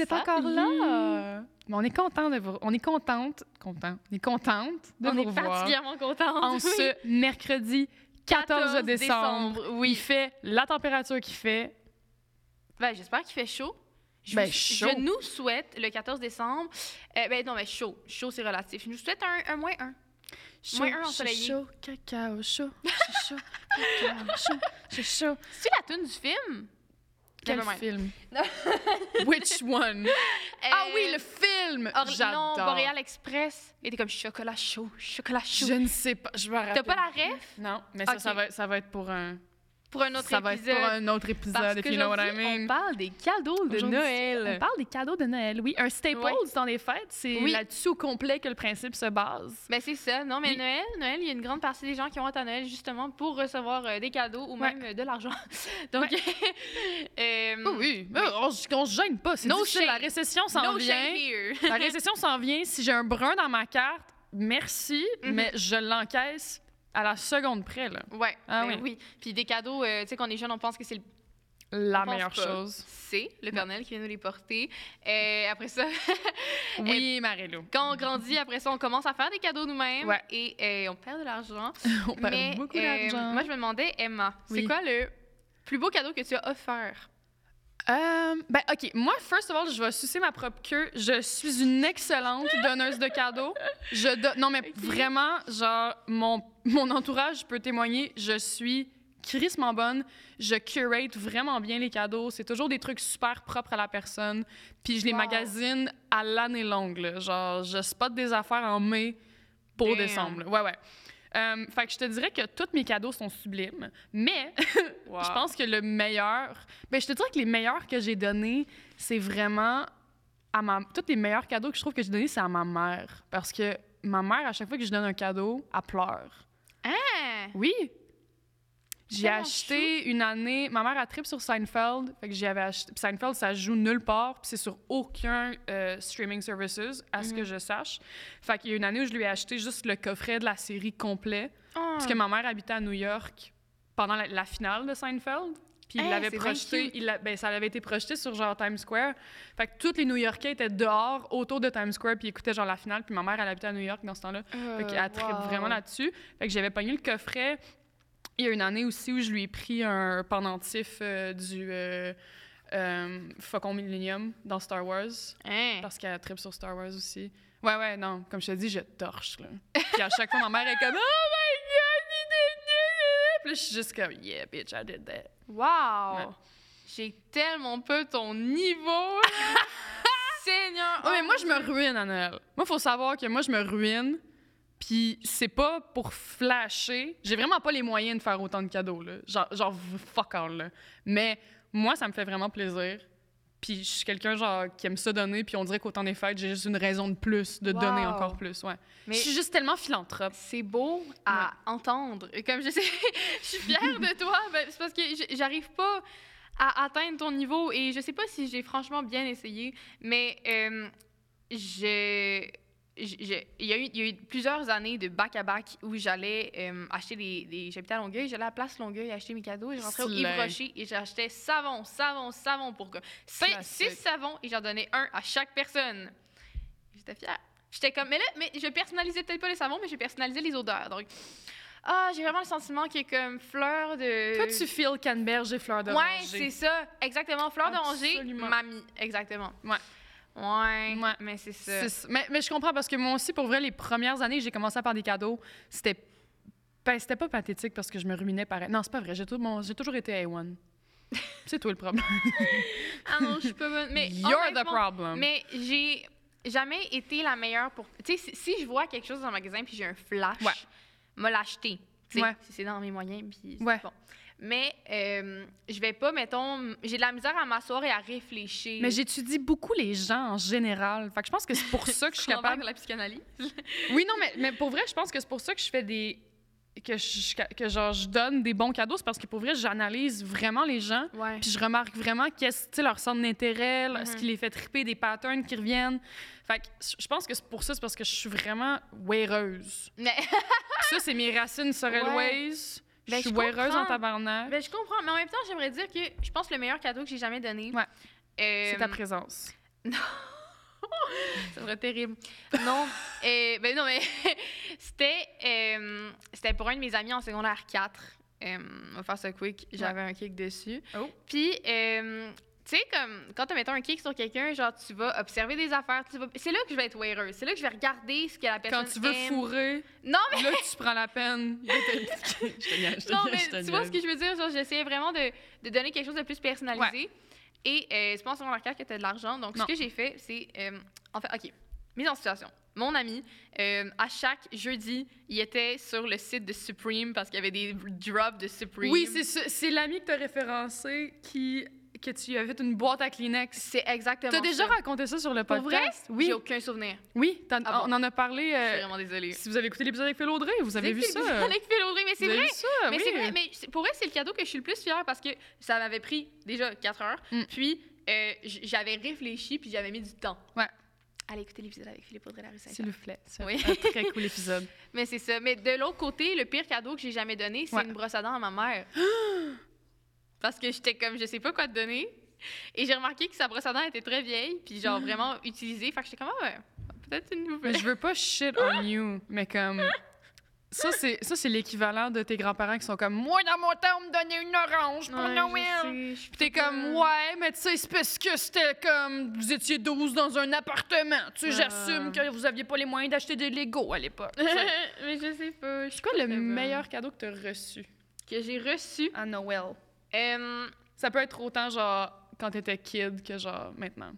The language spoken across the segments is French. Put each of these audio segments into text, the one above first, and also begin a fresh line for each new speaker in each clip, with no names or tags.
êtes encore là. Mais on est content de vous, on est contente, content, on est contente de
On
vous
est
revoir
particulièrement contente.
en
oui.
ce mercredi 14, décembre. Il
Oui.
fait la température qu'il fait.
Ben, j'espère qu'il fait chaud. Je,
Ben,
vous-
chaud.
je nous souhaite le 14 décembre. euh, ben non, mais chaud. Chaud, c'est relatif. Je nous souhaite un, un moins un. Moins un ensoleillé.
Chaud, cacao, chaud, chaud, chaud, cacao, chaud, chaud, chaud.
C'est la tune du film?
Quel
Never mind.
film?
Non.
Which one? Ah
Euh,
oui, le film!
Orléans,
J'adore.
Boréal Express. Il était comme chocolat chaud, chocolat chaud.
Je ne sais pas, je me rappelle.
T'as pas la ref
Non, mais ça,
Ok.
ça, va, ça va être pour un...
pour un autre
ça va être
épisode?
pour un autre épisode,
Parce
if you know what I
qu'aujourd'hui,
mean.
on parle des cadeaux de
Aujourd'hui,
Noël.
On parle des cadeaux de Noël, oui. Un staple
Ouais.
dans les fêtes, c'est
Oui.
là-dessus au complet que le principe se base.
Ben c'est ça. Non, mais
Oui.
Noël, Noël, il y a une grande partie des gens qui ont hâte à Noël justement pour recevoir euh, des cadeaux ou
Ouais.
même euh, de l'argent. Donc, euh,
oui, on, s- on se gêne pas. C'est
No
difficile. La
shame.
récession s'en
no shame
vient.
here.
La récession s'en vient. Si j'ai un brun dans ma carte, merci,
Mhm.
mais je l'encaisse à la seconde près. Là.
Ouais,
Ah
ben oui. Puis des cadeaux, euh, tu sais, quand on est jeune, on pense que c'est le
La
pense
meilleure
pas.
chose.
c'est
Mm.
le Père Noël qui vient nous les porter. Euh, après ça,
Oui, Marilou.
quand on grandit, après ça, on commence à faire des cadeaux nous-mêmes
Ouais.
et euh, on perd de l'argent.
On perd
Mais,
beaucoup
euh,
d'argent.
moi, je me demandais, Emma,
Oui.
c'est quoi le plus beau cadeau que tu as offert?
Euh, ben, OK. Moi, first of all, je vais sucer ma propre queue. Je suis une excellente donneuse de cadeaux. Je do- Non, mais vraiment, genre, mon, mon entourage peut témoigner, je suis crissement bonne. Je curate vraiment bien les cadeaux. C'est toujours des trucs super propres à la personne. Puis je les
Wow.
magasine à l'année longue. là. Genre, je spot des affaires en mai pour
Damn.
décembre. là. Ouais, ouais. Euh, fait que je te dirais que tous mes cadeaux sont sublimes, mais je pense que le meilleur, ben je te dirais que les meilleurs que j'ai donnés, c'est vraiment à ma tous les meilleurs cadeaux que je trouve que j'ai donnés, c'est à ma mère parce que ma mère à chaque fois que je donne un cadeau, elle pleure.
Ah!
Oui. J'ai
Tellement
acheté une année, ma mère a trip sur Seinfeld, fait que j'y avais acheté puis Seinfeld ça joue nulle part, puis c'est sur aucun euh, streaming services à ce que je sache. Fait qu'il y a une année où je lui ai acheté juste le coffret de la série complet. Parce que ma mère habitait à New York pendant la, la finale de Seinfeld. Puis il
Hey,
l'avait
c'est bien
projeté,
cute.
il l'a- ben, ça avait été projeté sur genre Times Square. Fait que tous les New Yorkais étaient dehors autour de Times Square puis écoutaient genre la finale. Puis ma mère, elle habitait à New York dans ce temps-là.
Ah. Euh,
Fait qu'elle tripe vraiment là-dessus. Fait que j'avais pogné le coffret. Il y a une année aussi où je lui ai pris un pendentif euh, du euh, euh, Faucon Millennium dans Star Wars.
Hein?
Parce qu'elle tripe sur Star Wars aussi. Ouais, ouais, non. Comme je te dis, je torche, là. Puis à chaque fois, ma mère est comme « Oh my God, you did it! » Puis là, je suis juste comme « Yeah, bitch, I did that.
Wow!
Ouais.
J'ai tellement peu ton niveau! Seigneur! »
Ouais, mais moi, je me ruine à Noël. Moi, faut savoir que moi, je me ruine. Puis c'est pas pour flasher. J'ai vraiment pas les moyens de faire autant de cadeaux, là. Genre, genre fuck all, là. Mais moi, ça me fait vraiment plaisir. Puis je suis quelqu'un, genre, qui aime ça donner. Puis on dirait qu'au temps des fêtes, j'ai juste une raison de plus, de donner
Wow.
encore plus, ouais.
Mais-
Je suis juste tellement philanthrope.
C'est beau à entendre. Et Comme je sais, je suis fière de toi. ben, c'est parce que j- j'arrive pas à atteindre ton niveau et je sais pas si j'ai franchement bien essayé, mais euh, je. je- je- Il y, a eu, il y a eu plusieurs années de bac-à-bac où j'allais euh, acheter des, des j'habitais à Longueuil, j'allais à la Place Longueuil acheter mes cadeaux, et je rentrais au Yves
Slay.
Rocher et j'achetais savon, savon, savon pour que cinq-
Classique.
six savons et j'en donnais un à chaque personne. J'étais fière. J'étais comme, mais là, mais je personnalisais peut-être pas les savons, mais j'ai personnalisé les odeurs. Donc, ah, j'ai vraiment le sentiment qu'il y a comme fleur de.
Toi, tu files canneberge et fleur d'oranger.
Euh, Ouais, c'est ça. Exactement. Fleur d'oranger,
Absolument.
mamie. Exactement.
Ouais.
Ouais.
Ouais.
Mais c'est ça.
C'est ça. Mais, mais je comprends parce que moi aussi, pour vrai, les premières années, j'ai commencé par des cadeaux. C'était ben, c'était pas pathétique parce que je me ruminais pareil. Non, c'est pas vrai. J'ai tout- mon- j'ai toujours été A1. C'est toi le problème.
Ah non, je suis pas bonne. Mais
You're the
honnêtement,
problem.
Mais j'ai jamais été la meilleure pour. Tu sais, si, si je vois quelque chose dans un magasin puis j'ai un flash,
Ouais.
me l'acheter. Tu sais,
Ouais.
si c'est dans mes moyens puis c'est
Ouais.
bon. Mais euh, je vais pas, mettons, m- j'ai de la misère à m'asseoir et à réfléchir.
Mais j'étudie beaucoup les gens en général. Fait que je pense que c'est pour ça que je suis
Comment faire
capable.
de la psychanalyse.
Oui, non, mais, mais pour vrai, je pense que c'est pour ça que je fais des. que, je, que genre, je donne des bons cadeaux. C'est parce que pour vrai, j'analyse vraiment les gens.
Ouais.
Puis je remarque vraiment qu'est-ce tu sais, leur centre d'intérêt, là, ce
Mhm.
qui les fait triper, des patterns qui reviennent. Fait que je- je pense que c'est pour ça, c'est parce que je suis vraiment waireuse.
Mais
ça, c'est mes racines sorel
Ouais.
ways.
Ben,
je suis
je
waireuse en
comprends.
tabarnak.
ben, je comprends. Mais en même temps, j'aimerais dire que je pense que le meilleur cadeau que j'ai jamais donné.
Ouais.
euh,
c'est ta présence.
Non! ça serait terrible. Non, euh, ben non, mais c'était, euh, c'était pour un de mes amis en secondaire 4. Euh, on va faire ça quick. J'avais un kick dessus.
Oh.
Puis, euh, tu sais, comme quand tu mettons un kick sur quelqu'un, genre, tu vas observer des affaires. tu vas- C'est là que je vais être waireuse. C'est là que je vais regarder ce que la personne
Quand tu veux
aime.
fourrer,
ben, Non, mais
là, tu prends la peine. je te niaise, je te
non,
niaise,
mais
je te
tu vois ce
niaise.
que je veux dire? Genre, j'essayais vraiment de, de donner quelque chose de plus personnalisé. Et euh, c'est pas en secondaire 4 que tu as de l'argent. Donc,
Non.
ce que j'ai fait, c'est. euh, en fait, OK. Mise en situation. Mon ami, euh, à chaque jeudi, il était sur le site de Supreme parce qu'il y avait des drops de Supreme.
Oui, c'est ce- c'est l'ami que t'as référencé qui que tu lui avais fait une boîte à Kleenex.
C'est exactement.
T'as déjà
ça.
raconté ça sur le
Pour
podcast
vrai?
Oui,
J'ai aucun souvenir.
oui. t'en-
Ah bon?
On en a parlé.
Je suis
euh,
vraiment désolée.
si vous avez écouté l'épisode avec Phil Audrey, vous avez vu
C'est
ça.
le bizarre avec Phil Audrey, mais c'est
Vous avez
vrai.
vu ça,
Mais
Ah oui.
c'est vrai, mais c'est- pour vrai, c'est le cadeau que je suis le plus fière parce que ça m'avait pris déjà 4 heures,
Mm.
puis euh, j- j'avais réfléchi, puis j'avais mis du temps.
Ouais.
Allez écouter l'épisode avec Philippe Audrey Larue Saint-Pierre.
S'il vous plaît. C'est
Oui.
un très cool épisode.
Mais c'est ça. Mais de l'autre côté, le pire cadeau que j'ai jamais donné, c'est
Ouais.
une brosse à dents à ma mère. parce que j'étais comme, je sais pas quoi te donner. Et j'ai remarqué que sa brosse à dents était très vieille, puis genre vraiment utilisée. Fait que j'étais comme, ah, ouais, peut-être une
Mais
nouvelle.
je veux pas shit on you, mais comme. Ça, c'est ça, c'est l'équivalent de tes grands-parents qui sont comme Moi, dans mon temps, on me donnait une orange pour
Ouais,
Noël.
je sais, je
Puis t'es
peux
comme
pas.
Ouais, mais tu sais, c'est parce que c'était comme Vous étiez 12 dans un appartement. Tu sais,
Ouais.
j'assume que vous aviez pas les moyens d'acheter des Lego à l'époque. tu sais.
mais je sais pas. je suis
C'est quoi
pas
le
très bonne.
meilleur cadeau que t'as reçu
que j'ai reçu?
à Noël?
Euh,
Ça peut être autant genre quand t'étais kid que genre maintenant.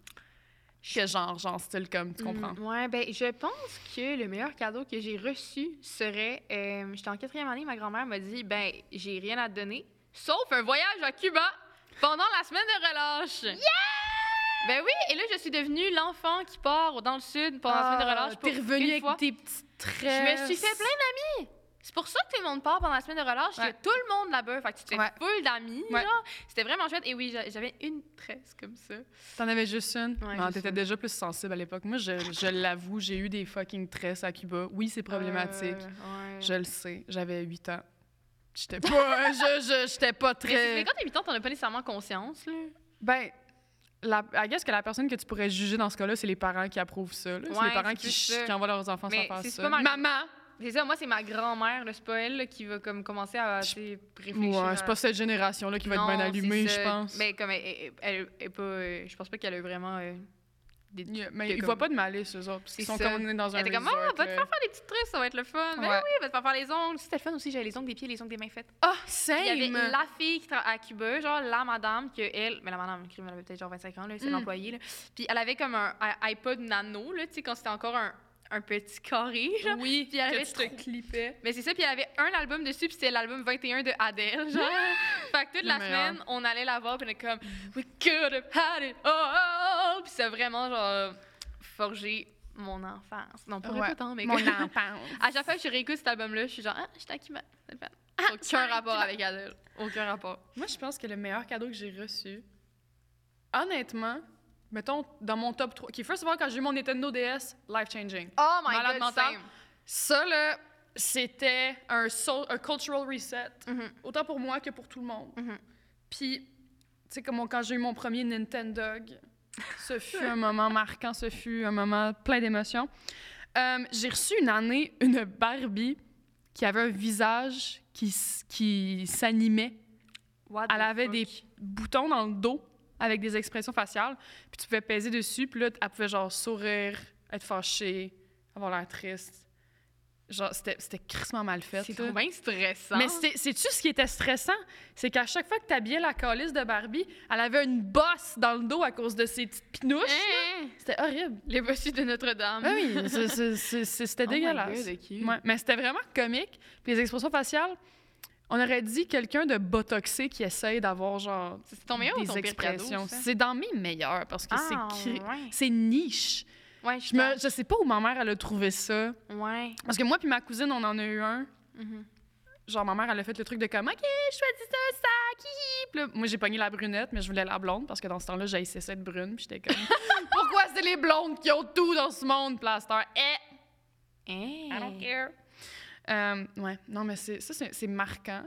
Que genre, genre style comme, tu comprends?
Mm, ouais, ben je pense que le meilleur cadeau que j'ai reçu serait, euh, j'étais en quatrième année, ma grand-mère m'a dit, ben j'ai rien à te donner, sauf un voyage à Cuba pendant la semaine de relâche. Ben oui, et là je suis devenue l'enfant qui part dans le sud pendant la semaine de relâche pour
Ah, T'es revenu
une
avec
fois.
tes petites
Je
traits.
me suis fait plein d'amis. C'est pour ça que tout le monde part pendant la semaine de relâche. Il y a
Ouais.
tout le monde là-bas. Fait que tu te fais
Ouais.
full d'amis.
Ouais.
genre. C'était vraiment chouette. Et oui, j'a- j'avais une tresse comme ça.
T'en avais juste une?
Ouais,
non,
juste
t'étais
une.
déjà plus sensible à l'époque. Moi, je, je l'avoue, j'ai eu des fucking tresses à Cuba. Oui, c'est problématique.
Euh, ouais.
Je le sais. J'avais 8 ans. J'étais pas, euh, je, je- j'étais pas
Mais, c'est-
très...
mais quand t'as 8 ans, t'en as pas nécessairement conscience, là.
Ben, la, I guess que la personne que tu pourrais juger dans ce cas-là, c'est les parents qui approuvent ça. là. c'est
Ouais,
les parents
c'est
qui,
plus
ch-
ça.
qui envoient leurs enfants
Mais
sans faire
c'est
ça.
pas mal-
Maman!
C'est ça, moi, c'est ma grand-mère, là, c'est pas elle là, qui va comme commencer à tu
Je-
sais, réfléchir.
Ouais,
à-
c'est pas cette génération-là qui va
Non,
être bien
c'est
allumée,
ça. Ben,
je pense.
Mais comme elle, elle- elle- elle est pas. euh, je pense pas qu'elle a vraiment. euh, des...
Yeah, mais
que
ils
comme-
voient pas de malice, eux autres. Parce
C'est
qu'ils sont
ça.
comme dans un
Elle était comme, ah,
resort, euh.
va te
là.
faire faire des petites trucs, ça va être le fun. Ben
Ouais.
oui, va te faire faire les ongles. C'était le fun aussi, j'avais les ongles des pieds, les ongles des mains faites.
Ah,
Il y avait
same!
la fille qui travaille à Cuba, genre la madame, que elle, mais la madame, elle avait peut-être genre 25 ans, là, c'est
Mm.
l'employée, là. Puis elle avait comme un i- iPod nano, là, tu sais, quand c'était encore un, un petit carré, genre.
Oui,
Puis elle avait
que tu te
trop-
clippais.
Mais c'est ça, puis elle avait un album dessus, puis c'était l'album 21 de Adele, genre. fait que toute
Le
la
meilleur.
semaine, on allait la voir, puis on était comme « We could have had it all! » Puis ça a vraiment, genre, forgé mon enfance. Non, pour
Ouais.
pas tant, mais...
Mon
comme-
enfance.
À chaque fois que je réécoute cet album-là, je suis genre « Ah, je suis à Cuba. c'est Ah, le fun. » Aucun
c'est
rapport
Cuba.
avec Adele. Aucun rapport.
Moi, je pense que le meilleur cadeau que j'ai reçu, honnêtement, mettons dans mon top 3, qui, first of all, quand j'ai eu mon Nintendo DS, life-changing.
Oh my
Malade
god,
mental.
same.
Ça, là, c'était un, so- un cultural reset,
Mhm.
autant pour moi que pour tout le monde.
Mhm.
Puis, tu sais, comme on- quand j'ai eu mon premier Nintendo, ce fut un moment marquant, ce fut un moment plein d'émotions. Euh, j'ai reçu une année une Barbie qui avait un visage qui, s- qui s'animait.
What
Elle
Ah, the
avait
fuck?
des boutons dans le dos avec des expressions faciales. Puis tu pouvais peser dessus. Puis là, elle pouvait genre sourire, être fâchée, avoir l'air triste. Genre, c'était, c'était crissement mal fait.
C'est
là.
trop bien stressant.
Mais c'est- sais-tu ce qui était stressant? C'est qu'à chaque fois que t'habillais la calice de Barbie, elle avait une bosse dans le dos à cause de ses petites pinouches.
Hein?
C'était horrible.
Les bossus de Notre-Dame.
Ah oui, c'est- c'est- c'est- c'est- c'était
Oh my
dégueulasse.
God, ok.
Ouais, mais c'était vraiment comique. Puis les expressions faciales, on aurait dit quelqu'un de botoxé qui essaye d'avoir genre
C'est ton meilleur ou
des
ton pire cadeau,
expressions.
ça?
C'est dans mes meilleurs parce que c'est
Ah,
cré-
ouais.
c'est niche.
Ouais,
Je me je sais pas où ma mère elle a trouvé ça
Ouais.
parce que moi puis ma cousine on en a eu un.
Mhm.
Genre ma mère elle a fait le truc de comme OK, je choisis ça ça qui. Puis là, moi j'ai pogné la brunette mais je voulais la blonde parce que dans ce temps-là j'haïssais ça de brune, puis j'étais comme pourquoi c'est les blondes qui ont tout dans ce monde plaster. Eh, I don't
Hey.
care. Euh, ouais, non mais c'est ça c'est c'est marquant.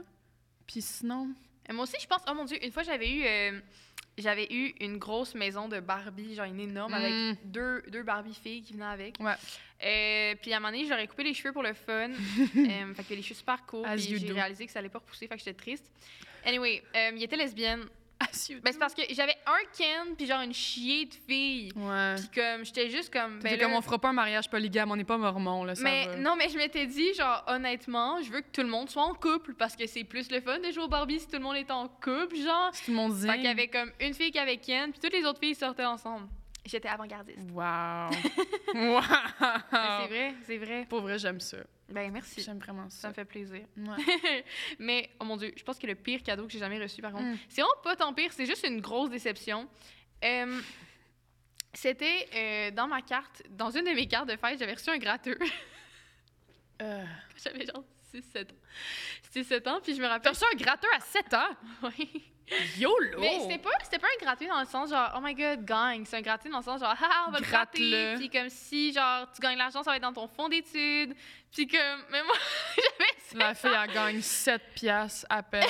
Puis sinon,
Moi aussi, je pense, oh mon Dieu, une fois j'avais eu euh, j'avais eu une grosse maison de Barbie, genre une énorme,
Mm.
avec deux, deux Barbie filles qui venaient avec.
Ouais.
Euh, puis à un moment donné, j'aurais coupé les cheveux pour le fun. Euh, fait que les cheveux super courts.
As you
Puis j'ai
do.
réalisé que ça allait pas repousser, fait que j'étais triste. Anyway, euh, il était lesbienne. Ben, c'est
parce
parce que j'avais un Ken, puis genre une chier de fille.
Ouais.
Puis comme, j'étais juste comme.
T'étais
ben là-
comme on fera pas un mariage polygame, on n'est pas mormon, là, ça
mais
va.
non, mais je m'étais dit, genre, honnêtement, je veux que tout le monde soit en couple parce que c'est plus le fun de jouer au Barbie si tout le monde est en couple, genre.
Tout le monde dit.
Fait qu'il y avait comme une fille qui avait Ken, puis toutes les autres filles sortaient ensemble. J'étais avant-gardiste.
Wow. wow.
Mais C'est vrai, c'est vrai.
Pour vrai, j'aime ça.
Ben merci,
J'aime vraiment
ça
ça.
me fait plaisir.
Ouais.
mais oh mon dieu, je pense que le pire cadeau que j'ai jamais reçu par contre,
Mm.
c'est vraiment pas tant pire, c'est juste une grosse déception. Euh, c'était euh, dans ma carte, dans une de mes cartes de fête, j'avais reçu un gratteux.
Euh,
j'avais genre 6-7 ans. 6-7 ans, puis je me
T'as
rappelle.
reçu un gratteur à 7 ans?
Oui.
YOLO!
Mais c'était pas, c'était pas un gratuit dans le sens genre, oh my god, gagne. C'est un gratuit dans le sens genre, ah, ah, on va le gratter.
Gratte-le.
Puis comme si, genre, tu gagnes l'argent, ça va être dans ton fonds d'études. Puis comme, mais moi, j'avais ça.
La fille, elle gagne 7 piastres à peine.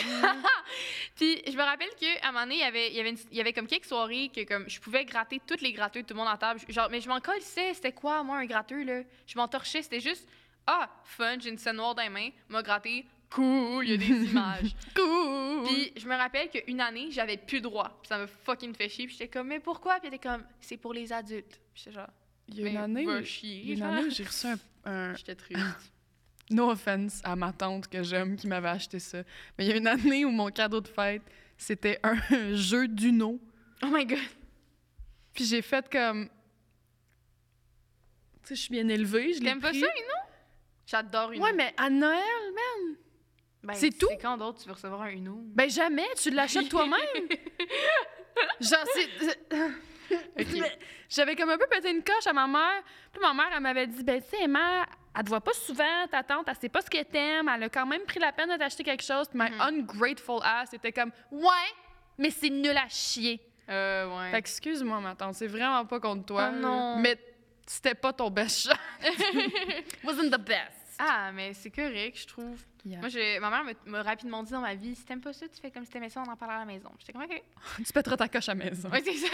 Puis je me rappelle qu'à un moment donné, il y avait, il y avait, une- il y avait comme quelques soirées que comme, je pouvais gratter toutes les gratteux de tout le monde en table. Genre, mais je m'en colissais, c'était quoi, moi, un gratteux, là? Je m'en torchais, c'était juste, ah, fun, j'ai une scène noire dans les mains, m'a gratté, cool, il y a des images.
cool!
Puis je me rappelle qu'une année, j'avais plus droit. Puis ça me fucking fait chier. Puis j'étais comme, mais pourquoi? Puis elle était comme, c'est pour les adultes. Puis j'étais genre,
il y a une
Mais
année,
Ben, va
il y a
chier.
une
genre.
année, j'ai reçu un- un,
J'étais triste.
No offense à ma tante que j'aime qui m'avait acheté ça. Mais il y a une année où mon cadeau de fête, c'était un jeu d'Uno.
oh my god.
Puis j'ai fait comme. Tu sais, je suis bien élevée. Je l'ai
T'aimes pas
pris.
ça, une J'adore une
Ouais, mais à Noël, man. c'est tout?
C'est quand d'autre tu veux recevoir un Uno?
Ben jamais, tu l'achètes toi-même. Genre, c'est. Mais ben, J'avais comme un peu pété une coche à ma mère. Puis ma mère, elle m'avait dit Ben, tu sais, Emma, elle te voit pas souvent, ta tante, elle sait pas ce qu'elle t'aime, elle a quand même pris la peine de t'acheter quelque chose. Puis ma ungrateful ass était comme Ouais, mais c'est nul à chier.
Euh, ouais.
Fait que, excuse-moi, ma tante, c'est vraiment pas contre toi.
Oh non.
Mais c'était pas ton best shot. Wasn't the best.
Ah, mais c'est correct, je trouve.
Yeah.
Moi, j'ai- ma mère me- m'a rapidement dit dans ma vie, si t'aimes pas ça, tu fais comme si t'aimais ça, on en parle à la maison. J'étais comme, ok.
Tu pèteras ta coche à maison.
Ouais, c'est ça.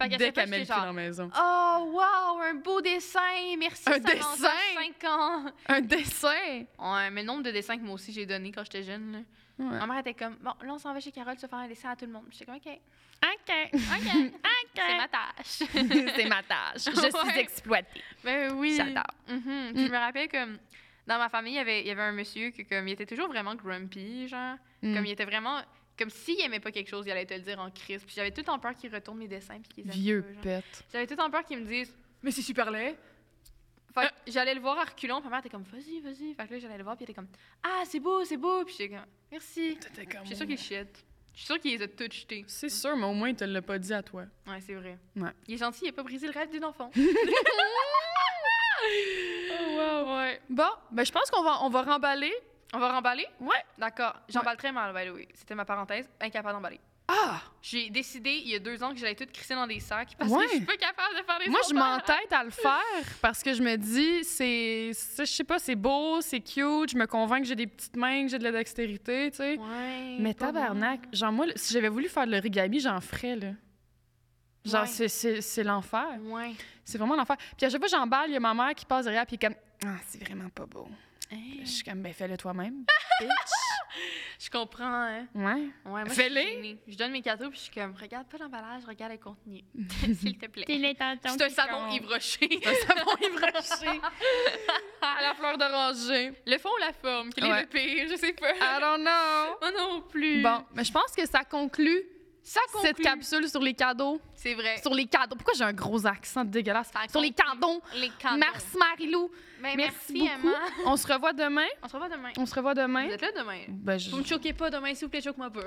Fait qu'à
Dès
chaque fois,
qu'elle met
j'étais
le pied dans la
genre,
maison.
oh, wow, un beau dessin, merci,
Un
ça m'en
dessin?
fait cinq ans.
Un dessin!
Ouais, mais le nombre de dessins que moi aussi j'ai donné quand j'étais jeune, là.
Ouais.
Ma mère était comme, bon, là, on s'en va chez Carole, tu vas faire un dessin à tout le monde. J'étais comme, OK,
OK.
OK, c'est ma tâche.
c'est ma tâche. Je
Ouais.
suis exploitée.
ben oui.
J'adore. Mm.
Mhm. Puis Je me rappelle que dans ma famille, il y avait- il y avait un monsieur qui, comme, il était toujours vraiment grumpy, genre.
Mm.
Comme il était vraiment, comme s'il aimait pas quelque chose, il allait te le dire en crise. Puis j'avais tout le temps peur qu'il retourne mes dessins puis qu'il les aime pas,
Vieux
genre.
pète.
J'avais tout le temps peur qu'il me dise, mais c'est super laid. Fait que
Euh.
j'allais le voir à reculons, puis ma mère était comme, vas-y, vas-y. Fait que là, j'allais le voir, puis il était comme, ah, c'est beau, c'est beau. Puis j'étais comme, merci. Je suis sûre qu'il shit. Je suis sûre qu'il les a toutes jetées.
C'est sûr, mais au moins, il te l'a pas dit à toi.
Ouais, c'est vrai.
Ouais.
Il est gentil, il a pas brisé le rêve d'une enfant.
Oh, wow, ouais. Bon, ben, je pense qu'on va, on va remballer.
On va remballer?
Ouais.
D'accord. J'emballe très mal, by the way. C'était ma parenthèse. Incapable d'emballer.
Ah!
J'ai décidé il y a deux ans que j'allais tout crisser dans des sacs parce
Ouais.
que je suis pas capable de faire les
Moi, je
emballes.
m'entête à le faire parce que je me dis, c'est, c'est- je sais pas, c'est beau, c'est cute, je me convainc que j'ai des petites mains, que j'ai de la dextérité, tu sais.
Ouais.
Mais
pas
tabarnak, genre moi, le- si j'avais voulu faire de l'origami, j'en ferais, là. Genre,
Ouais.
c'est, c'est, c'est l'enfer.
bon. Ouais.
C'est vraiment l'enfer. Puis à chaque fois que j'emballe, il y a ma mère qui passe derrière, puis comme, ah, c'est vraiment pas beau.
Hey,
Je suis comme, ben fais-le toi-même, bitch.
Je comprends, hein.
Ouais.
Ouais, moi, je suis
Fais-les.
gênée. Je donne mes cadeaux puis je suis comme, regarde pas l'emballage, regarde le contenu. S'il te plaît. C'est un savon
compte.
ivroché.
Savon ivroché. à la fleur d'oranger.
le fond ou la forme? Quel
Ouais.
est le pire? Je sais pas.
I don't know.
Moi non plus.
Bon, mais je pense que ça conclut
ça
cette
conclut.
capsule sur les cadeaux.
C'est vrai.
Sur les cadeaux. Pourquoi j'ai un gros accent dégueulasse?
Ça
Sur les cadeaux.
Les cadeaux.
Merci, Marilou.
Ben,
Merci,
merci,
beaucoup.
Emma.
On se revoit demain.
On se revoit demain.
On se revoit demain.
Vous êtes là demain.
Ben, je-
Vous me choquez pas demain, s'il vous plaît, choque-moi pas.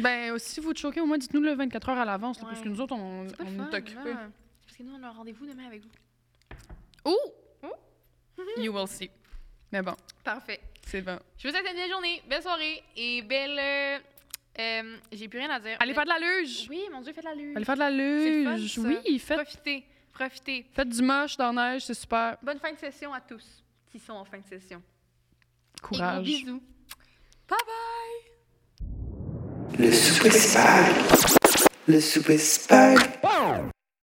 ben, si vous te choquez, au moins dites-nous le 24 heures à l'avance, là,
Ouais.
parce que nous autres, on,
C'est pas le
on
fun, hein.
est occupés.
là. C'est parce que nous, on a un rendez-vous demain avec vous.
Ouh! You will see. Mais bon,
Parfait.
c'est bon.
Je vous souhaite une belle journée, belle soirée et belle. euh, euh, J'ai plus rien à dire. Euh,
Allez faire de la luge!
Oui, mon Dieu, faites la lune.
Allez faire de la
le fun,
luge!
ça.
oui, faites,
Profitez, profitez.
faites du moche dans la neige, c'est super.
Bonne fin de session à tous qui sont en fin de session. Et gros
Courage.
bisous. Bye bye.
Le souper c'est pas mal. Le souper spag.